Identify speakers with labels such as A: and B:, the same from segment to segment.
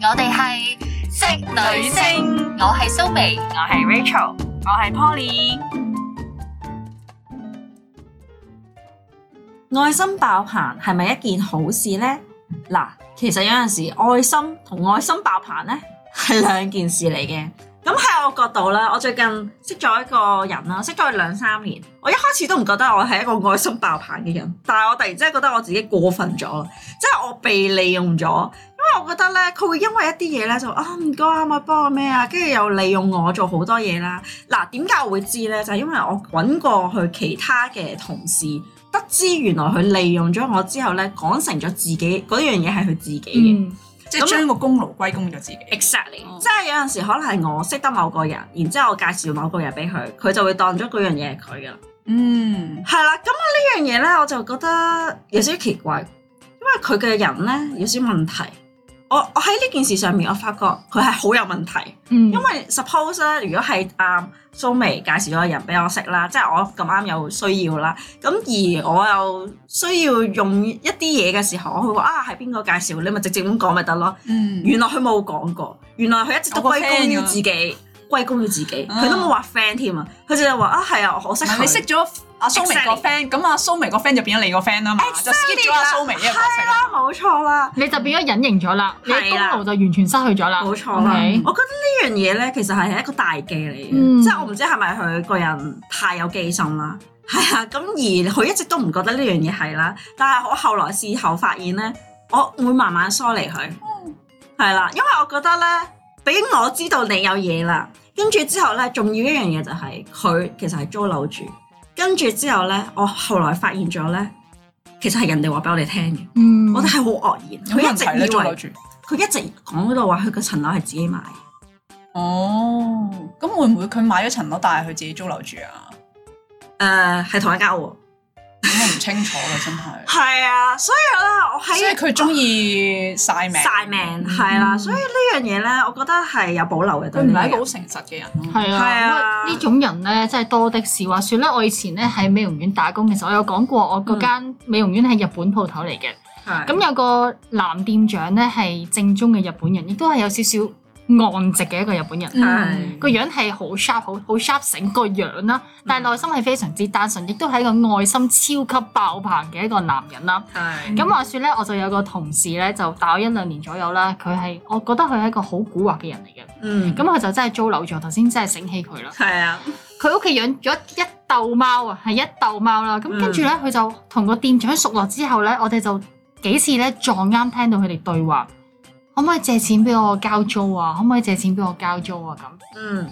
A: 我哋係職
B: 女星，
A: 我係蘇眉，
B: 我係 Rachel，我係 Poly。
C: 愛心爆棚係咪一件好事呢？嗱，其實有陣時愛心同愛心爆棚呢係兩件事嚟嘅。咁喺我角度啦，我最近識咗一個人啦，識咗佢兩三年。我一開始都唔覺得我係一個愛心爆棚嘅人，但係我突然之間覺得我自己過分咗啦，即係我被利用咗。因為我覺得咧，佢會因為一啲嘢咧就啊唔該啊，咪幫我咩啊，跟住又利用我做好多嘢啦。嗱，點解我會知咧？就係因為我揾過佢其他嘅同事，得知原來佢利用咗我之後咧，講成咗自己嗰樣嘢係佢自己嘅。
B: 嗯，即係將個功勞歸功咗自己。
C: Exactly，、
B: 嗯
C: 即係有陣時可能係我識得某個人，然之後我介紹某個人俾佢，佢就會當咗嗰樣嘢係佢噶啦。
B: 嗯，
C: 係啦，咁啊呢樣嘢咧，我就覺得有少少奇怪，因為佢嘅人咧有少少問題。我我喺呢件事上面，我發覺佢係好有問題，
A: 嗯
C: 因為 suppose 咧，如果係啊蘇眉介紹咗個人俾我識啦，即係我咁啱有需要啦，咁而我又需要用一啲嘢嘅時候，我會話啊係邊個介紹，你咪直接咁講咪得咯。
B: 嗯，
C: 原來佢冇講過，原來佢一直都歸功於自己，歸功於自己，
B: 啊
C: 佢都冇話 friend 添啊，佢就係話啊係啊，我識
B: 唔係你識
C: 佢。
B: 咗阿蘇眉個 friend，咁阿蘇眉個 friend 就變咗你個 friend 啦嘛，就 skip 咗阿蘇眉呢個過程啦。
C: 啊，冇錯啦，
A: 你就變咗隱形咗啦，你嘅
C: 係啦
A: 功勞就完全失去咗啦。
C: 冇錯啦
A: 啊 OK？
C: 我覺得呢樣嘢咧，其實係一個大忌嚟嘅，
A: 嗯
C: 即係我唔知係咪佢個人太有機心啦。 係啊，咁而佢一直都唔覺得呢樣嘢係啦，但係我後來事後發現咧，我會慢慢疏離佢，
A: 嗯
C: 係啦，因為我覺得咧，俾我知道你有嘢啦，跟住之後咧，仲要一樣嘢就係、佢其實係租樓住，跟住之後咧，我後來發現咗咧，其實係人哋話俾我哋聽嘅，
A: 嗯，
C: 我哋係好愕
B: 有咩問題
C: 然，佢一直
B: 咧？
C: 以
B: 做
C: 為
B: 樓。主。
C: 佢一直講嗰度話佢個層樓係自己買，
B: 哦，咁會唔會佢買咗層樓，但係佢自己租樓住啊？
C: 誒係同一間屋。
B: 咁我唔清楚啦，真係。
C: 係啊，所以咧，我喺
B: 即係佢中意晒命，
C: 曬命係啦，
B: 嗯
C: 所以呢樣嘢咧，我覺得係有保留嘅
B: 佢
C: 對
B: 唔
C: 你
B: 係一個好
C: 嘅。
B: 誠實嘅人咯。
A: 係
C: 係
A: 啊，
C: 啊
A: 咁呢種人咧真係多的是。話説咧，我以前咧喺美容院打工，其實我有講過，我嗰間美容院係日本鋪頭嚟嘅。
C: 係
A: 咁有個男店長咧係正宗嘅日本人，亦都係有少少昂直嘅一個日本人。
B: 嗯
A: 個樣係好 sharp，好好 sharp 醒個樣啦，但係內心係非常之單純，亦都係一個愛心超級爆棚嘅一個男人啦。
C: 係
A: 咁、話説咧，我就有個同事咧，就大我一兩年左右啦，佢係我覺得佢係一個好蠱惑嘅人嚟嘅，
C: 嗯
A: 咁佢就真係租樓住，我頭先真係醒起佢啦。
C: 係啊，
A: 佢屋企養咗一竇貓啊，係一竇貓啦。咁跟住咧，佢就同個店長熟落之後咧，我哋就幾次咧撞啱聽到佢哋對話，可唔可以借錢俾我交租啊？可唔可以借錢俾我交租啊？咁。
C: 嗯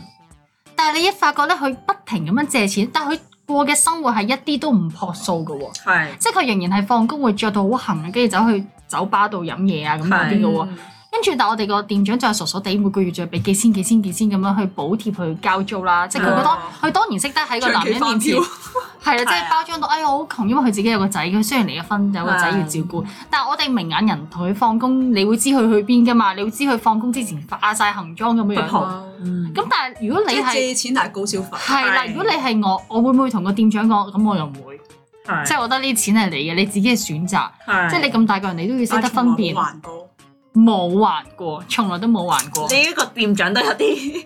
A: 但係你一發覺咧，佢不停咁樣借錢，但係佢過嘅生活係一啲都唔樸素嘅喎，
C: 係
A: 即係佢仍然係放工會着到好行啊，跟住走去酒吧度飲嘢啊咁嗰啲嘅喎。
B: 嗯
A: 跟住，但係我哋個店長就係傻傻地，每個月就俾幾千、幾千、幾千咁樣去補貼佢交租啦。即係佢覺得
B: 哦
A: 佢當然識得喺個男人面
B: 長期
A: 前
B: 飯，
A: 係啦，即
B: 係啊
A: 係包裝到哎呀我好窮，因為佢自己有個仔，佢雖然離咗婚，有個仔要照顧，但係我哋明眼人同佢放工，你會知佢去邊㗎嘛？你會知佢放工之前化晒行裝咁樣
C: 不
A: 樣。
C: 好嗯
A: 咁但係如果你
B: 即係
A: 係
B: 借錢但係高消費。
A: 係啦，
C: 係
A: 如果你係我，我會唔會同個店長講？咁我又唔會，
C: 係
A: 即係我覺得呢啲錢係你嘅，你自己嘅選擇。
C: 係
A: 即係你啊咁大個人，你都要識得分辨。
B: 環保。
A: 冇還過，從來都冇還過。
C: 你呢個店長都有啲，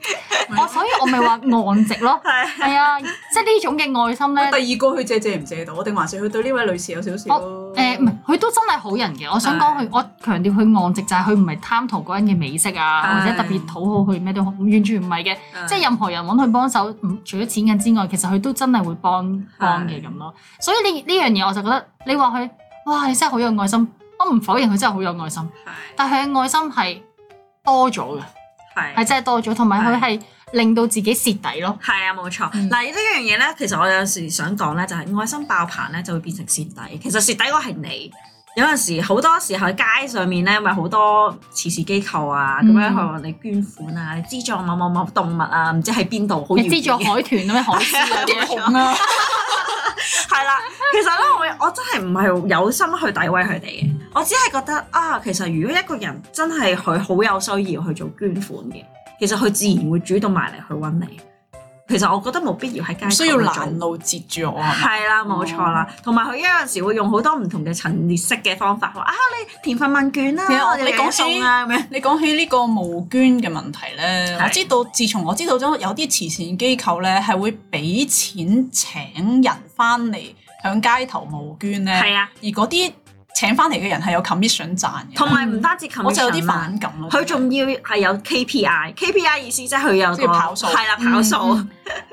A: 我所以我咪話昂直咯
C: 係
A: 係啊，即係呢種嘅愛心 咧。
B: 第二個佢借借唔借到，定還是佢對呢位女士有少少？
A: 哦誒唔係，佢都真係好人嘅。我想講佢
B: 係，
A: 我強調佢昂直就係佢唔係貪圖嗰人嘅美色啊，或
C: 係
A: 者特別討好佢咩都好，完全唔係嘅。即係任何人揾佢幫手，唔除咗錢銀之外，其實佢都真係會幫幫嘅咁咯。所以呢呢樣嘢我就覺得，你話佢，哇！你真係好有愛心，我唔否認佢真係好有愛
C: 嗯
A: 心，但係佢嘅愛心係多咗嘅，
C: 係
A: 係真係多咗，同埋佢係令到自己蝕底咯。
C: 係啊，冇錯。
A: 嗯
C: 嗱，呢樣嘢咧，其實我有時想講咧，就係愛心爆棚咧，就會變成蝕底。其實蝕底嗰係你。有陣時好多時候喺街上面咧，咪好多慈善機構啊，咁樣去
A: 嗯
C: 話你捐款啊，你資助某某某動物啊，唔知喺邊度好
A: 你
C: 遙
A: 資助
C: 遠嘅
A: 海豚咁咩海 獅啊
C: 係啊
A: 啲
C: 冇錯
A: 熊啊，
C: 係啦，其實咧，我我真係唔係有心去詆毀佢哋嘅，我只係覺得啊，其實如果一個人真係佢好有需要去做捐款嘅，其實佢自然會主動埋嚟去揾你。其實我覺得冇必要喺街
B: 唔需要攔
C: 難
B: 路截住我啊！
C: 係啦，冇錯啦。同埋佢有陣時會用好多唔同嘅陳列式嘅方法，話啊你填份問卷啦，
B: 其實我
C: 我哋
B: 你講
C: 講
B: 起
C: 送啊咁樣。
B: 你講起呢個募捐嘅問題咧，
C: 係
B: 我知道自從我知道咗有啲慈善機構咧係會俾錢請人翻嚟向街頭募捐咧，
C: 係啊，
B: 而嗰啲請翻嚟嘅人係有 commission 賺嘅，
C: 同埋唔單止 c o
B: 我就有啲反感咯。
C: 佢仲要係有 KPI，KPI 意思即係佢有
B: 即係
C: 個
B: 跑數
C: 係啦跑數，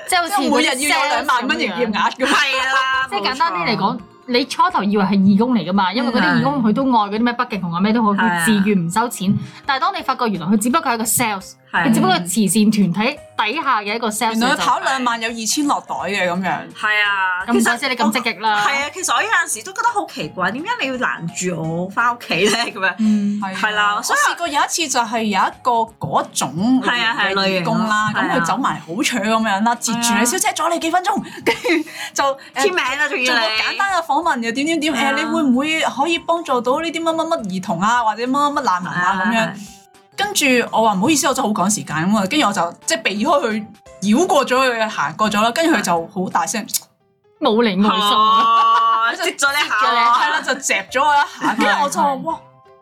A: 即係好
B: 即
A: 似
B: 係每日要有兩萬蚊營業
A: 嘅，
B: 額咁。
C: 係啦。
A: 即係
C: 冇
A: 簡單啲嚟
C: 錯
A: 講。你初頭以為係義工嚟噶嘛，因為嗰啲義工佢都愛嗰啲咩北極熊啊咩都好，
C: 係啊
A: 佢自願唔收錢。但係當你發覺原來佢只不過係一個 sales，
C: 係
A: 佢只不過係慈善團體底下嘅一個 sales
B: 原
A: 就
B: 來佢跑
A: 係。
B: 兩萬有二千落袋嘅咁樣，
C: 係啊，
A: 咁唔怪之你咁積極啦。
C: 係啊，其實我有陣時都覺得好奇怪，點解你要攔住我翻屋企咧？咁樣
A: 嗯，
B: 係啊
C: 係啦
B: 我
C: 所以
B: 試過有一次就係有一個嗰種
C: 係啊係類型
B: 義工啦，
C: 咯
B: 咁
C: 係啊
B: 佢走埋嚟好搶咁樣啦，截住
C: 係啊
B: 你小姐阻你幾分鐘，跟住就
C: 簽
B: 誒
C: 名啦，仲
B: 做
C: 要
B: 個
C: 你
B: 簡單嘅訪問又點點點
C: 係啊
B: 誒，你會唔會可以幫助到呢啲乜乜乜兒童啊，或者乜乜乜難民啊咁樣？跟住我話唔好意思，我真係好趕時間咁啊，跟住我就即係避開佢，繞過咗佢，行過咗啦，跟住佢就好大聲。
A: 冇理愛心啊。
C: 哦，接咗你
A: 接咗你一
C: 下
A: 下
B: 係啦，就夾咗我一 下，跟住我就話
A: 係係
B: 哇！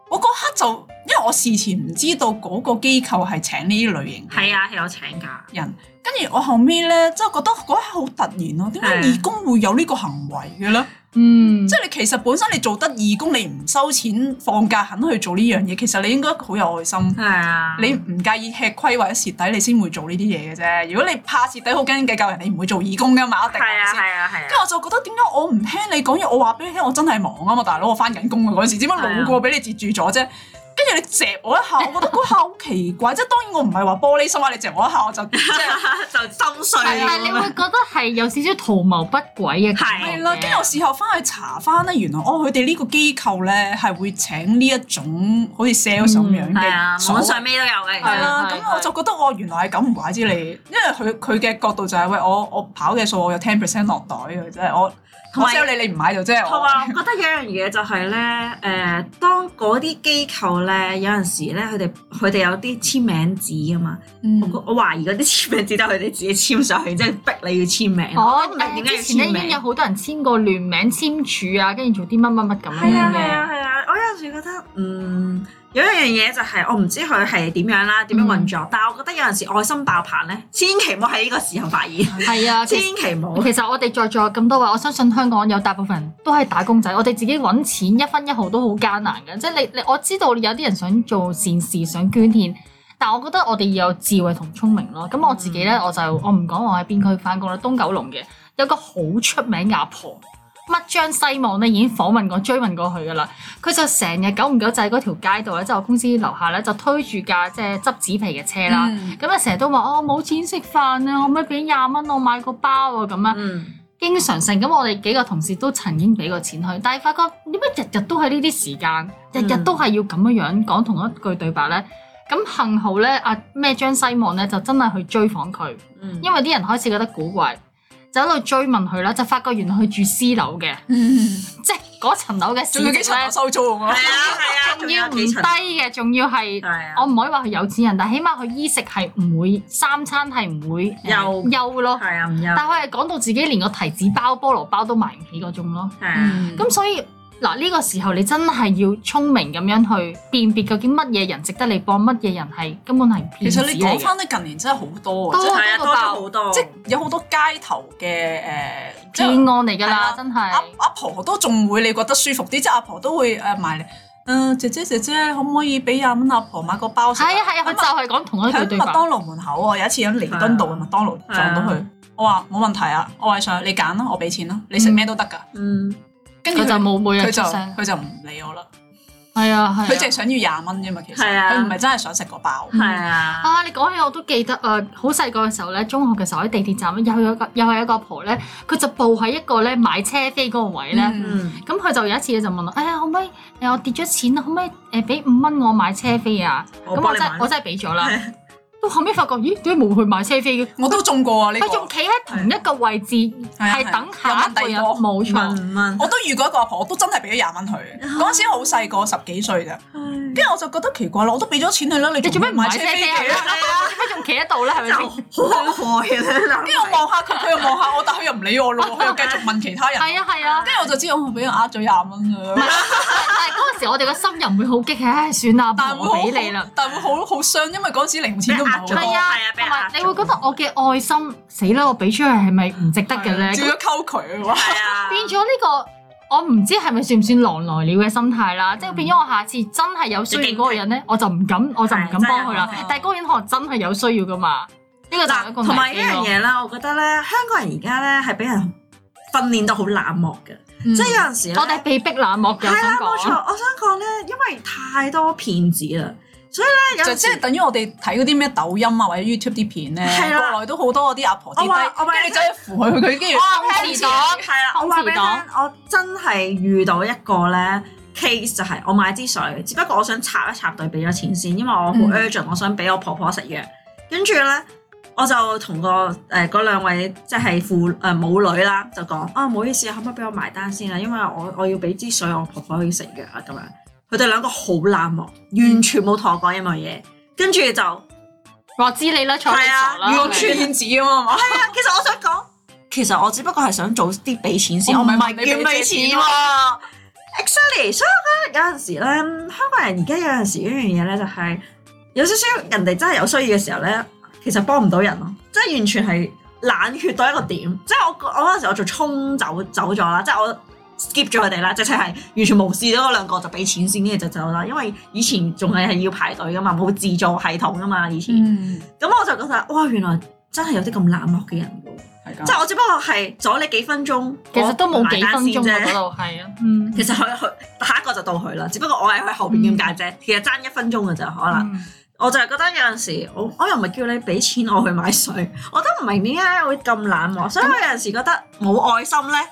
B: 我嗰刻就，因為我事前唔知道嗰個機構係請呢啲類型嘅
C: 係啊，係有請假，
B: 人，跟住我後尾咧，即係覺得嗰一刻好突然咯。點
C: 係
B: 解義工會有呢個行為嘅咧？
A: 嗯，
B: 即係你其實本身你做得義工，你唔收錢放假肯去做呢樣嘢，其實你應該好有愛心。
C: 係啊，
B: 你唔介意吃虧或者蝕底，你先會做呢啲嘢嘅啫。如果你怕蝕底，好斤斤計較人，你唔會做義工噶嘛，一
C: 係
B: 定係咪
C: 啊
B: 先？
C: 係啊係
B: 跟住
C: 啊，
B: 我就覺得點解我唔聽你講嘢？我話俾你聽，我真係忙啊嘛，大佬，我翻緊工啊嗰陣時，只不過路過俾你截住咗啫。跟住你嚼我一下，我 覺得嗰下好奇怪。即係當然我唔係話玻璃心啊，你嚼我一下我就 即係
C: 就心碎
A: 但係啊你會覺得係有少少圖謀不軌嘅感覺
B: 係啦。跟住我事後翻去查翻咧，原來哦佢哋呢個機構咧係會請呢一種好似 sales 咁樣
C: 係啊，
B: 嘅所
C: 網
B: 謂
C: 上咩啊都有嘅，
B: 係啦，
A: 係
B: 咁我就覺得哦我原來係咁，唔怪之你，因為佢佢嘅角度就係、喂我我跑嘅數我有 ten percent 落袋嘅，即係我
C: 同
B: 我
C: 埋
B: sell 你你唔買就即係
C: 同
B: 我
C: 埋我覺得有一樣嘢就係咧，誒、當嗰啲機構咧，有陣時咧，佢哋佢哋有啲簽名紙噶嘛，
B: 嗯
C: 我我懷疑嗰啲簽名紙都係佢哋自己簽上去，即係逼你要簽名。
A: 哦
C: 我都，唔明
A: 誒
C: 點解要
A: 之前咧
C: 簽
A: 已經
C: 名
A: 有。好多人簽過聯名簽署啊，跟住做啲乜乜乜咁樣
C: 係啊係
A: 嘅。
C: 啊係啊！我有陣時覺得，嗯，有一樣嘢就係我唔知佢係點樣啦，點樣運作，但係我覺得有陣時愛心爆棚咧，千祈唔好喺呢個時候發現，
A: 係啊，
C: 千
A: 其實
C: 祈唔好。
A: 其實我哋在座咁多位，我相信香港有大部分人都係打工仔，我哋自己揾錢一分一毫都好艱難嘅。即係你你我知道有啲人想做善事，想捐獻。但我覺得我哋要有智慧同聰明咯。咁我自己咧，我就我唔講我喺邊區翻工啦，東九龍嘅有個好出名嘅阿婆，乜張西望咧已經訪問過、追問過佢噶啦。佢就成日久唔久就喺嗰條街度咧，即係我公司樓下咧，就推住架即係執紙皮嘅車啦。
B: 嗯
A: 咁啊，成日都話哦冇錢食飯啊，可唔可以俾廿蚊我買個包啊咁啊？
C: 嗯，
A: 經常性咁，我哋幾個同事都曾經俾過錢佢，但係發覺點解日日都係呢啲時間，日日都係要咁樣樣講同一句對白咧？咁幸好咧，阿咩張西望咧就真係去追訪佢，
C: 嗯
A: 因為啲人開始覺得古怪，就喺度追問佢啦，就發覺原來佢住私樓嘅，
B: 嗯
A: 即係嗰層樓嘅市
B: 仲
A: 值
B: 有幾層
A: 咧
B: 樓，收租咁
C: 係啊
B: 啊？
C: 係啊，
A: 仲要唔低
C: 層
A: 嘅，仲要係
C: 係啊
A: 我唔可以話佢有錢人，但起碼佢衣食係唔會三餐係唔會呃
C: 憂
A: 憂咯。
C: 係啊，唔憂
A: 但佢係講到自己連個提子包、菠蘿包都買唔起嗰種咯。
C: 係啊。
A: 咁所以嗱，呢、個時候你真係要聰明咁樣去辨別究竟乜嘢人值得你幫，乜嘢人係根本係騙
B: 其
A: 子
B: 實你講
A: 嚟嘅。
B: 翻咧，近年真係好多啊，
A: 啊嗯
B: 即
A: 多
B: 係
C: 係啊，
A: 個
C: 多咗
A: 爆
C: 好多，
B: 即係有好多街頭嘅誒，即係
A: 騙案嚟㗎
B: 係
A: 啦，
B: 啊
A: 真
B: 阿
A: 係。
B: 阿婆都仲會你覺得舒服啲，即係阿婆都會誒埋嚟，嗯姐姐姐姐，可唔可以俾廿蚊阿婆買個包食啊？
A: 係啊係啊，佢就係講同一句
B: 喺
A: 對
B: 麥
A: 白。
B: 當勞門口啊，有一次喺彌敦道嘅麥當勞撞到
C: 係
B: 佢，我話冇問題啊，我話上去你揀啦，我俾錢啦，你食咩都得㗎。
C: 嗯，
B: 跟住
A: 佢就冇每日
B: 佢就
A: 出聲，
B: 佢就唔理我啦，
A: 係啊係啊。
B: 佢淨係想要廿蚊啫嘛，其實
C: 係啊
B: 佢唔係真係想食個包。
C: 係啊，
A: 啊！你講起我都記得啊，好細個嘅時候咧，中學嘅時候喺地鐵站又有一個又係一個阿婆咧，佢就步喺一個咧買車飛嗰個位咧，
B: 嗯
C: 嗯，
A: 咁佢就有一次就問我，哎呀，可唔可以誒我跌咗錢啦，可唔可以誒俾五蚊我買車飛啊？咁
C: 幫
A: 我
C: 你
A: 真
C: 買
A: 我真係俾咗啦。到後尾發覺，咦，點解冇去買車飛嘅？
B: 我都中過啊呢個
A: 佢，仲企喺同一個位置，
B: 係啊
A: 係
B: 係啊
A: 等下一個
B: 有
A: 人
B: 問
A: 冇
C: 問
A: 錯。
C: 唔問？
B: 我都遇過一個阿婆，我都真係俾咗廿蚊佢。嗰陣時好細個，十幾歲咋，跟住我就覺得奇怪啦，我都俾咗錢佢啦，你
A: 你做咩唔買車
B: 車
A: 飛
B: 飛
A: 係
B: 嘅？
A: 啦？做咩仲企喺度咧？係咪先？
C: 就好可愛嘅咧，
B: 跟住我望下佢，佢又望下我，但佢又唔理我咯，佢又繼續問其他人。
A: 係啊係啊。
B: 跟住我就知道我俾人呃咗廿蚊啦，
A: 但係嗰陣時，我哋個心又唔會好激氣，唉，算啦，
B: 但係
A: 我
B: 會
A: 俾
B: 好
A: 你啦。，
B: 但係會好好傷，因為嗰陣時零用錢都唔係好
C: 俾人
B: 多
A: 係
C: 呃咗，
A: 啊
C: 係啊，俾
A: 同
C: 人呃
A: 埋
C: 咗
A: 你會覺得我嘅愛心死啦，我俾出去係咪唔值得嘅咧？
B: 仲要溝佢啊！
C: 係啊，
A: 變咗呢個，我唔知係咪算唔算狼來了嘅心態啦，
C: 嗯
A: 即係變咗我下次真係有需要嗰個人咧，我就唔敢，我就唔敢幫佢啦
B: 係真係。
A: 但係嗰個人可能真係有需要噶嘛，呢個就係一個
C: 同埋
A: 危
C: 一
A: 機
C: 樣
A: 咯
C: 嘢啦，我覺得咧，香港人而家咧係俾人訓練到好冷漠嘅，
B: 嗯
C: 即係有陣時咧
A: 我哋被逼冷漠嘅，我
C: 係
A: 想
C: 啦，冇錯
A: 講。。
C: 我想講咧，因為太多騙子啦，所以咧有
B: 就
C: 陣
B: 即
C: 時
B: 係等於我哋睇嗰啲咩抖音啊或者 YouTube 啲片咧
C: 係，啦
B: 國內都好多嗰啲阿婆跌低，
C: 我話我話
B: 跟住你走去扶佢，佢跟住
A: 哇
B: 跟住
A: 我話
C: 係啦，我話俾你聽，我真係遇到一個咧 case 就係我買支水，只不過我想插一插隊俾咗錢先，因為我好
B: 嗯
C: urgent，、我想俾我婆婆食藥。跟住咧，我就同個誒嗰兩位即係父誒、呃母女啦，就講啊唔好意思，可唔可以俾我埋單先啊？因為我我要俾支水，我婆婆要食藥啊咁樣。佢哋兩個好冷漠，完全冇同我講任何嘢。跟住就
A: 我知你啦，坐你
C: 係啊
A: 傻啦，
B: 用
C: 完
A: 係咪
C: 全
B: 圈子啊嘛，係嘛？
C: 其實我想講，其實我只不過係想早啲俾錢先，
B: 我
C: 我唔
B: 唔係
C: 係
B: 問你
C: 叫
B: 俾
C: 俾
B: 錢
C: 錢
B: 喎
C: 喎。Exactly，所以我覺得有陣時咧，香港人而家有陣時一樣嘢咧，就係有少少人哋真係有需要嘅時候咧，其實幫唔到人咯，即係完全係冷血到一個點。即係我我嗰陣時我就衝走走咗啦，即係我 skip 咗佢哋啦，即係係完全無視咗嗰兩個就俾錢先，跟住就走啦。因為以前仲係係要排隊噶嘛，冇自助系統噶嘛，以前
B: 嗯，
C: 咁我就覺得哇，原來真係有啲咁冷漠嘅人㗎喎。
B: 係咁
C: 即。係我只不過係阻你幾分鐘，
A: 啊其實都冇幾分
C: 我埋單
A: 鐘喎嗰
C: 先啫。
A: 度，係啊，嗯，
C: 其實佢佢下一個就到佢啦，只不過我係喺後邊咁解啫。其實爭一分鐘嘅咋可能。
A: 嗯
C: 我就係覺得有陣時，我我又唔係叫你俾錢我去買水，我都唔明點解會咁冷漠。所以我有陣時覺得冇愛心咧，誒、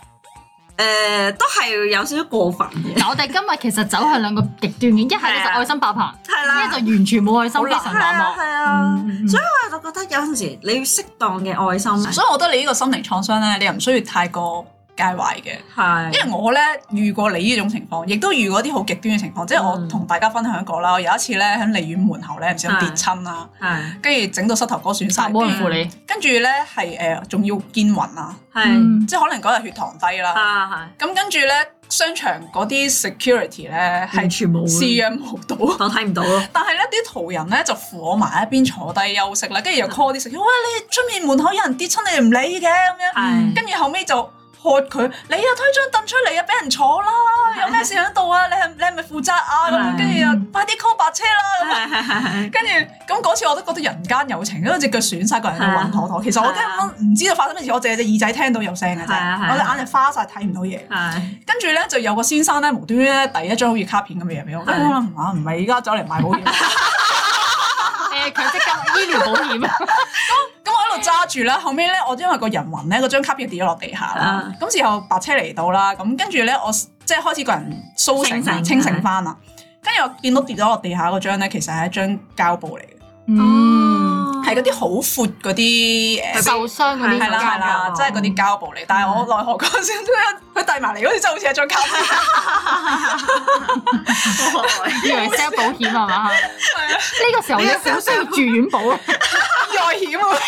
C: 都係有少少過分 嘅。
A: 嗱，我哋今日其實走向兩個極端嘅，一係咧
C: 係
A: 就
C: 啊
A: 愛心爆棚，
C: 係
A: 一
C: 啦，
A: 係就完全冇愛心，
B: 好
A: 非
B: 難
A: 常
C: 係
A: 冷
C: 啊
A: 漠。
C: 係啊。
A: 嗯嗯嗯
C: 所以我就覺得有陣時你要適當嘅愛心
A: 嗯
B: 所以我覺得你呢個心靈創傷咧，你又唔需要太過介懷嘅。
C: 係
B: 因為我咧遇過你呢種情況，亦都遇過啲好極端嘅情況，即係我
C: 嗯
B: 同大家分享過啦。我有一次咧喺離院門口咧，唔小心跌親啦，
C: 係
B: 跟住整到膝頭哥損晒，
A: 啊冇人扶你，
B: 跟住咧係誒仲要見暈啊，
C: 係
A: 嗯
B: 即係可能嗰日血糖低啦。
C: 啊係，
B: 咁跟住咧，商場嗰啲 security 咧
C: 完
A: 嗯
B: 係
C: 全冇
B: 視若無睹。
C: 當睇唔到咯。
B: 但係咧，啲途人咧就扶我埋一邊坐低休息啦，
C: 嗯
B: 跟住又 call 啲食客，喂，你出面門口有人跌親，你哋唔理嘅咁樣，
C: 係
B: 跟住後尾就喝佢，你又推張凳出嚟啊，俾人坐啦，有咩事喺度啊？你係你係咪負責啊？咁樣
C: 係
B: 跟住又快啲 call 白車啦咁樣。
C: 係係係
B: 跟住咁嗰次我都覺得人間有情，因為隻腳損晒，個人就
C: 係啊
B: 暈妥妥。其實我根本唔知道發生咩事，我淨係隻耳仔聽到有聲嘅啫，
C: 係啊係啊
B: 我隻眼係花晒睇唔到嘢。
C: 係
B: 跟住咧就有個先生咧無端端咧遞一張好似卡片咁嘅嘢俾我，跟住我諗啊唔係而家走嚟賣保險，咁
A: 誒強積金醫療保 險。
B: 我喺度揸住啦。後尾咧我因為個人暈咧，嗰張卡片跌咗落地下啦
C: 啊。
B: 咁事後白車嚟到啦，咁跟住咧我即係開始個人甦醒
C: 清
B: 啦
C: 醒
B: 清醒翻啦。跟住我見到跌咗落地下嗰張咧，其實係一張膠布嚟嘅，
A: 嗯，
C: 哦
B: 係嗰啲好闊嗰啲誒。
A: 受傷嗰啲
B: 係啦
C: 膠
B: 係啦，
C: 布
B: 即係嗰啲膠布嚟。但係我奈何嗰陣時，佢遞埋嚟好似真係好似一張卡片。
A: 以為 sell 保險係嘛？呢
B: 係啊
A: 個時候你好需要住院 保啊！
B: 意外險喎。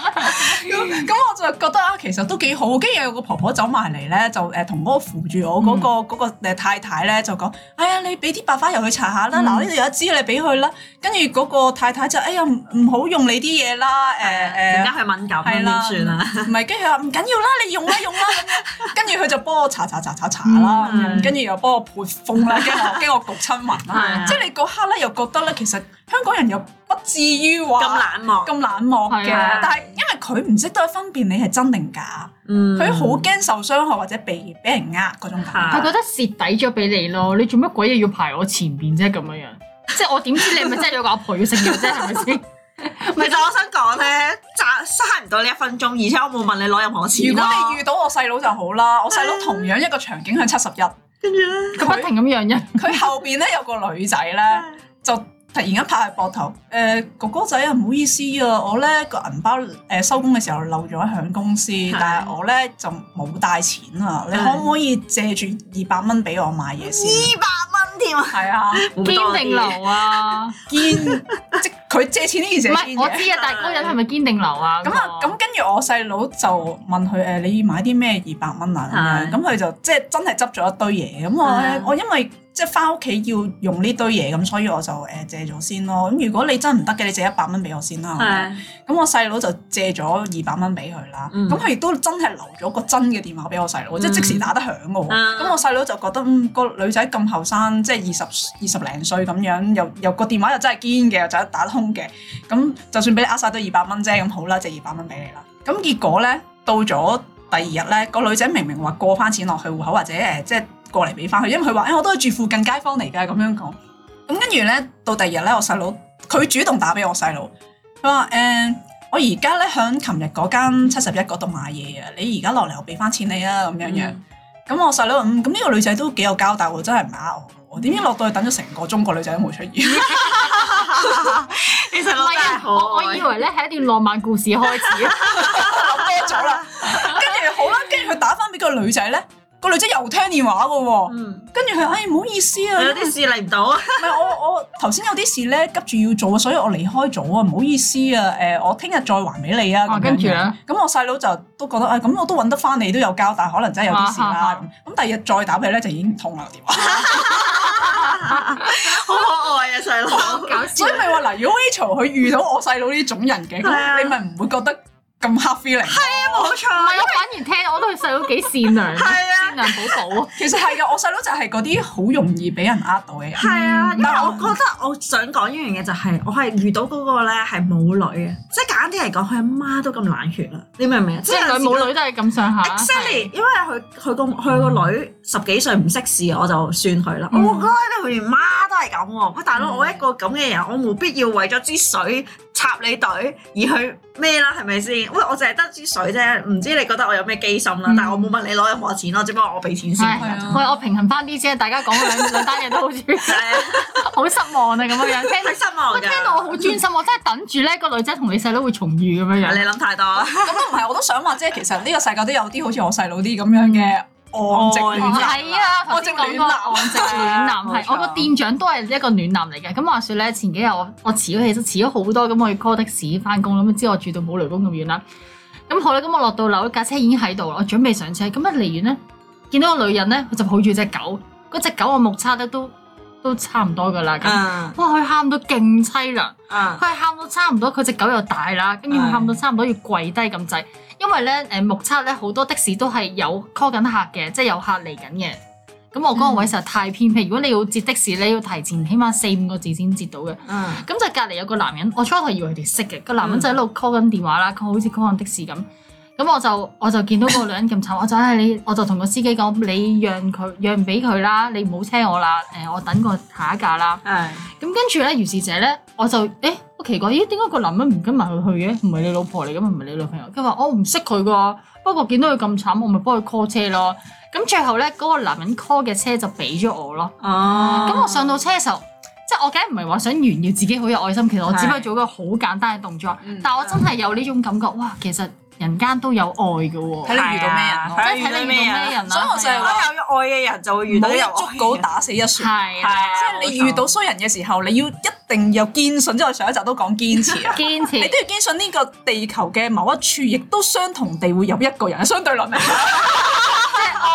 B: 咁咁我就覺得啊，其實都幾好。跟住有個婆婆走埋嚟咧，就誒同嗰個扶住我嗰、
C: 嗯
B: 個嗰、個誒太太咧，就講：哎呀，你俾啲白花油去搽下啦。
A: 嗯
B: 嗱、呢度有一支，你俾佢啦。跟住嗰個太太就：哎呀，唔唔好用你啲嘢啦。誒、
C: 而家佢敏感
B: 係啦
C: 咁點算啊？
B: 誒，唔係。跟住佢話唔緊要啦，你用啦 用啦。咁樣跟住佢就幫我搽搽搽搽搽啦，
C: 嗯係
B: 跟住又幫我潑 風啦，跟住我跟住我焗親暈
C: 係
B: 啦
C: 啊。
B: 即係你嗰刻咧，又覺得咧，其實香港人又不至於話
C: 咁冷漠，
B: 咁冷漠嘅
A: 係啊，
B: 但係因為佢唔識得分辨你係真定假，
C: 嗯
B: 佢好驚受傷害或者被俾人呃嗰種感
C: 係
A: 佢覺得蝕底咗俾你咯，你做乜鬼嘢要排我前邊啫？咁樣樣，即係我點知你係咪真係有個阿婆要食藥啫？係咪先？
C: 其實我想講咧，賺嘥唔到呢一分鐘，而且我冇問你攞任何
B: 覺。
C: 錢
B: 如
C: 咯
B: 果你遇到我細佬就好啦，我細佬同樣一個場景係七十一，
C: 跟住咧，
A: 佢不停咁讓人，
B: 佢後邊咧有個女仔咧就突然間拍喺膊頭，誒、哥哥仔啊，唔好意思啊，我咧個銀包誒收工嘅時候漏咗喺公司，但係我咧就冇帶錢啊，你可唔可以借住二百蚊俾我買嘢先？
C: 二百蚊添啊，
B: 係啊，
A: 堅定流啊！唔
B: 堅即佢借錢呢件事係堅
A: 係我
B: 嘅。
A: 知啊，但係嗰個人係咪堅定流啊？
B: 咁
C: 哦
B: 啊，咁跟住我細佬就問佢誒，你買啲咩二百蚊啊？咁樣，咁佢就即係真係執咗一堆嘢。咁我咧
C: 嗯，
B: 我因為即係翻屋企要用呢堆嘢，咁所以我就誒借咗先咯。咁如果你真唔得嘅，你借一百蚊俾我先啦。
C: 係
B: 咁我細佬就借咗二百蚊俾佢啦。
C: 嗯
B: 咁佢亦都真係留咗個真嘅電話俾我細佬，即係即時打得響嘅喎。
C: 嗯
B: 咁我細佬就覺得嗯個女仔咁後生，即係二十二十零歲咁樣，又又個電話又真係堅嘅，又就得打得通嘅。咁就算俾你呃晒都二百蚊啫，咁好啦，借二百蚊俾你啦。咁結果咧，到咗第二日咧，個女仔明明話過翻錢落去戶口或者誒即係過嚟俾翻佢，因為佢話哎誒我都係住附近街坊嚟㗎咁樣講。咁跟住咧，到第二日咧，我細佬佢主動打俾我細佬，佢話誒。我而家咧響琴日嗰間七十一嗰度買嘢啊！你而家落嚟，我俾翻錢你啊，咁樣樣。咁、我細佬話嗯，咁呢個女仔都幾有交代喎，真係唔係呃我喎。點知落到去等咗成個鐘，個女仔都冇出現。
C: 其實
A: 唔係啊，我我以為咧係一段浪漫故事開始，
B: 咩咗啦？ 跟住好啦，跟住佢打翻俾個女仔咧，個女仔又聽電話嘅喎。
C: 嗯，
B: 跟住佢，唉、唔好意思啊，
C: 有啲事嚟唔到啊，
B: 唔係我我頭先有啲事咧急住要做，所以我離開咗啊，唔好意思啊，誒、我聽日再還俾你啊。咁
A: 哦
B: 樣
A: 跟住咧，
B: 咁我細佬就都覺得，誒、哎咁我都揾得翻你都有交代，可能真係有啲事
A: 啊
B: 啦。咁咁第二日再打俾佢咧，就已經唔通啦個電話。
C: 好可愛啊細佬，
A: 搞笑
B: 所以。咪話嗱，如果 Rachel 佢遇到我細佬呢種人嘅，
C: 係啊
B: 咁你咪唔會覺得咁 hard feeling。
C: 冇錯
A: 唔係，我反而聽，我都係細佬幾善 良，
C: 係啊
A: 善良寶 寶啊。
B: 其實係嘅，我細佬就係嗰啲好容易俾人呃到嘅人。
C: 係
A: 嗯
C: 啊，因為
B: 但係
C: 我
B: 我
C: 覺得我想講一樣嘢就係、我係遇到嗰個咧係母女嘅，即係簡單啲嚟講，佢阿媽都咁冷血啦，你明唔明啊？
A: 即係女
C: 有時
A: 冇
C: 覺得
A: 女啊都係咁上下。
C: Exactly，因為佢佢個佢個女十幾歲唔識事，我就算佢啦。
A: 嗯
C: 我覺得佢連媽都係咁喎。喂，大佬，我一個咁嘅人，我冇必要為咗支水插你隊而去咩啦，係咪先？喂，我淨係得支水啫，唔知你覺得我有咩機心啦？
A: 嗯
C: 但係我冇問你攞任何錢咯，只不過我俾錢先。
A: 係
B: 係啊
A: 喂，我平衡翻啲啫，大家講兩兩單嘢都好似
C: 係
A: 好失望啊咁樣樣。聽
C: 佢失望
A: 我
C: 㗎。
A: 啊聽到我好專心，我真係等住咧個女仔同你細佬會重遇咁樣樣。
C: 你諗太多。
B: 咁都唔係，我都想話即係其實呢個世界都有啲好似我細佬啲咁樣嘅昂直戀人
A: 係啊，頭
B: 我
A: 先
B: 正
A: 講
B: 暖
A: 嗰
B: 男
A: 個直暖男
C: 冇
A: 係，
C: 錯
A: 我個店長都係一個暖男嚟嘅。咁話說咧，前幾日我我遲咗起身，遲咗好多，咁我要 call 的士翻工啦。咁知我住到冇雷公咁遠啦。咁好啦，咁我落到樓，架車已經喺度啦，我準備上車。咁一離遠咧，見到個女人咧，佢就抱住只狗。嗰只狗我目測得都都差唔多噶啦。咁
C: 嗯
A: 哇，佢喊到勁凄涼。
C: 嗯
A: 佢係喊到差唔多，佢只狗又大啦，跟住佢喊到差唔多要跪低咁滯，因為咧誒目測咧好多的士都係有 call 緊客嘅，即係有客嚟緊嘅。咁我嗰個位實在太偏僻，如果你要截的士，你要提前起碼四五個字先截到嘅。
C: 嗯
A: 咁就隔離有個男人，我初頭以為佢哋識嘅，個男人就喺度 call 緊電話啦，佢好似 call 緊的士咁。咁我就我就見到個女人咁慘，我就唉、你，我就同個司機講，你讓佢讓俾佢啦，你唔好車我啦，誒、我等個下一架啦。
C: 係
A: 咁跟住咧，如是者咧，我就誒好奇怪，咦？點解個男人唔跟埋佢去嘅？唔係你老婆嚟嘅嘛，唔係你女朋友。佢話我唔識佢㗎，不過見到佢咁慘，我咪幫佢 call 車咯。咁最後咧，嗰、個男人 call 嘅車就俾咗我咯。
C: 哦
A: 咁、我上到車嘅時候，即係我梗係唔係話想炫耀自己好有愛心，其實我只不過做一個好簡單嘅動作，但我真係有呢種感覺，哇！其實人間都有愛嘅喎，
B: 睇你遇到咩人咯
C: 係
A: 即
C: 啊
A: 係睇你遇到咩人啦。
B: 所以我就係話
C: 所有有愛嘅人就會
A: 嗯
C: 遇
B: 唔
C: 到
B: 好一
C: 有
B: 竹
A: 哎
B: 篙打死一船。
A: 係啊。
B: 即係你遇到衰人嘅時候，你要一定有堅信，即係我上一集都講堅持啊
A: 堅
B: 你
A: 持
B: 都。要堅信呢個地球嘅某一處，亦都相同地會有一個人相對論嚟。啊即
A: 即係哦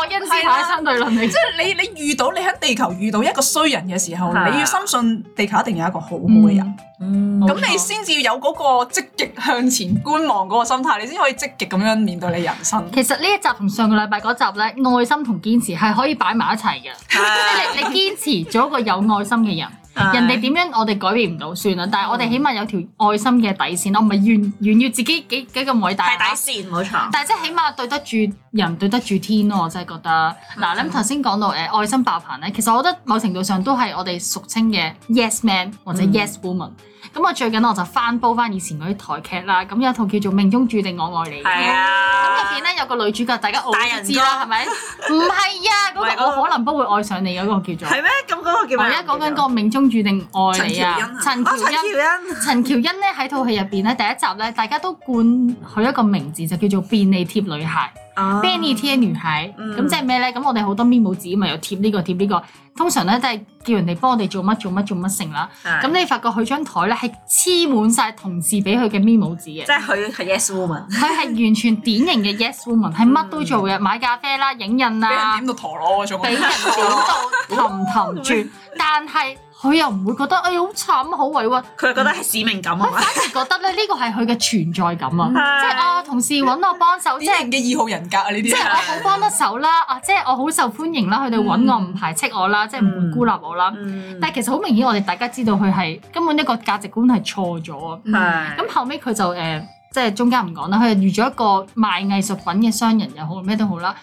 A: 愛因斯坦相對論嚟，
B: 係你你遇到你喺地球遇到一個衰人嘅時候，
C: 係啊
B: 你要深信地球一定有一個好好嘅
A: 啊
B: 人，
C: 嗯
A: 冇
B: 咁你
A: 錯
B: 先至有嗰個積極向前觀望嗰個心態，你先可以積極咁樣面對你人生。
A: 其實呢一集同上個禮拜嗰集咧，愛心同堅持係可以擺埋一齊嘅，即係你你堅持做一個有愛心嘅人，人哋點樣我哋改變唔到算啦，但係我
C: 嗯
A: 哋起碼有條愛心嘅底線，我唔係炫炫耀自己幾幾咁偉大
C: 係
A: 啊，
C: 底線冇錯，
A: 但係即係起碼對得住人，對得住天咯，我真係覺得。
C: 嗯
A: 嗱，咁頭先講到誒愛心爆棚咧，其實我覺得某程度上都係我哋俗稱嘅 yes man 或者
C: 嗯
A: yes woman。咁我最近我就翻煲翻以前嗰啲台劇啦，咁有一套叫做《命中注定我愛你》嘅。
C: 係啊，
A: 咁入邊咧有個女主角，大家我都
C: 大人
A: 知啦，
C: 哥
A: 係咪？唔係啊，
C: 唔係
A: 嗰
C: 嗰
A: 個
C: 個
A: 我可能不會愛上你嗰個叫做。啊
C: 係咩？咁嗰個叫咩？
A: 我而家講緊個命中注定愛
B: 陳
A: 你
B: 喬
A: 啊
B: 恩啊！
A: 陳
C: 啊，
A: 喬
C: 陳
A: 恩。
C: 喬恩，
A: 陳喬恩咧喺套戲入邊咧，第一集咧，大家都冠佢一個名字就叫做便利貼女孩、
C: 啊
A: b e n n y 貼女孩。咁、
C: 嗯
A: 即係咩咧？咁我哋好多 memo 紙咪有貼呢、個貼呢、個，通常咧都係叫人哋幫我哋做乜做乜做乜成啦。咁
C: 咁
A: 你發覺佢張台咧係黐滿晒同事俾佢嘅啊 memo 紙嘅
C: 即。係佢係 yes woman，
A: 佢係完全典型嘅 yes woman，係乜都做嘅，買咖啡啦、影印
B: 嗯俾人
A: 啦，
B: 點到陀螺啊，仲
A: 俾人點到氹 氹轉，但係佢又唔會覺得哎呀好慘好委屈。
C: 佢覺得係使命感啊嘛，
A: 覺得咧呢個係佢嘅存在感
B: 嗯
C: 係
A: 啊，即係啊同事揾我幫手，即
B: 典型
A: 係
B: 嘅二號人格啊！呢
A: 即
B: 啲
A: 係
B: 係
A: 我好幫得手啦，啊即係我好受歡迎啦，佢哋
B: 嗯
A: 揾我唔排斥我啦，即係唔會孤立我啦。
C: 嗯
A: 但係其實好明顯，我哋大家知道佢係根本一個價值觀係錯咗
B: 嗯
A: 啊。
C: 係
A: 咁後尾佢就誒、呃即係中間唔講啦，佢就遇咗一個賣藝術品嘅商人又好，咩都好啦。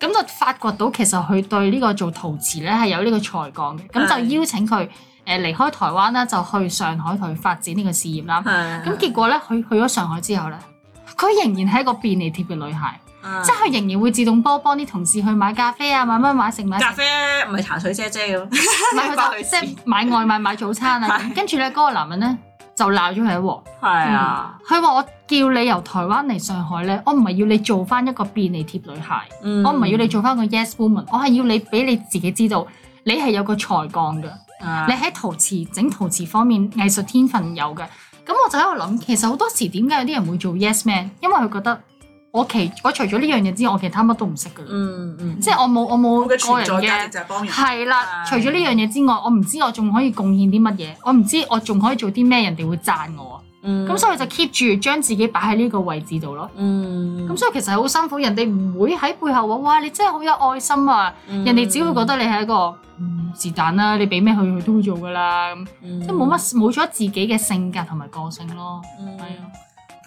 A: 咁就發掘到其實佢對呢個做陶瓷咧係有呢個才幹嘅，咁
C: 係
A: 就邀請佢誒、呃、離開台灣啦，就去上海去發展呢個事業啦。
C: 係
A: 咁結果咧，佢去咗上海之後咧，佢仍然係一個便利貼嘅女孩，
C: 啊
A: 即係佢仍然會自動波幫啲同事去買咖啡啊，買乜買食買
C: 咖
A: 食，
C: 啡唔係茶水姐姐咁，
A: 買
C: 關佢
A: 佢
C: 事
A: 就即係買外賣買早餐啊。咁跟住咧，嗰個男人咧就鬧咗佢一鑊，
C: 係啊，
A: 嗯佢話我叫你由台灣嚟上海咧，我唔係要你做翻一個便利貼女孩，
C: 嗯
A: 我唔係要你做翻個 yes woman，我係要你俾你自己知道，你係有個才幹嘅。
C: 啊
A: 你喺陶瓷整陶瓷方面藝術天分有嘅，咁我就喺度諗，其實好多時點解有啲人會做 yes man？因為佢覺得我其我除咗呢樣嘢之外，我其他乜都唔識嘅，
C: 嗯嗯，
A: 即係我冇我冇
B: 我嘅
A: 個
B: 存在價
A: 人
B: 值
A: 嘅。
B: 就係幫人。
A: 係啦，
C: 係
A: 除咗呢樣嘢之外，我唔知我仲可以貢獻啲乜嘢，我唔知我仲可以做啲咩，人哋會讚我。
C: 咁
A: 咁、所以我就 keep 住將自己擺喺呢個位置度咯。
C: 嗯
A: 咁、所以其實好辛苦，人哋唔會喺背後話：哇，你真係好有愛心啊！
C: 嗯
A: 人哋只會覺得你係一個嗯是但啦，你俾咩佢，佢都會做噶啦。咁
C: 即
A: 即係冇乜冇咗自己嘅性格同埋個性咯。
C: 嗯
A: 係啊，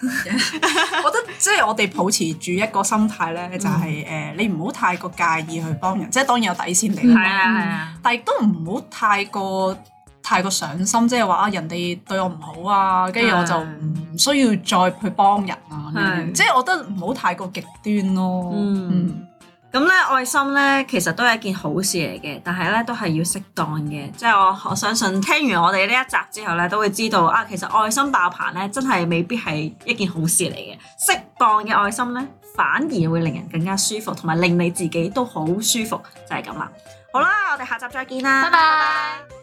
B: 我覺得即係我哋保持住一個心態
C: 嗯
B: 咧，就係誒你唔好太過介意去幫人，即係當然有底線嚟
A: 嗯
B: 啦，
C: 係啊係啊，
B: 但係亦都唔好太過太過上心，即係話啊人哋對我唔好啊，跟住我就唔需要再去幫人啊，呢啲
C: 係
B: 即係我覺得唔好太過極端咯。
C: 嗯咁咧愛心咧其實都係一件好事嚟嘅，但係咧都係要適當嘅，即係我我相信聽完我哋呢一集之後咧，都會知道啊，其實愛心爆棚咧真係未必係一件好事嚟嘅，適當嘅愛心咧反而會令人更加舒服，同埋令你自己都好舒服，就係咁啦。好啦，我哋下集再見啦，
A: 拜拜。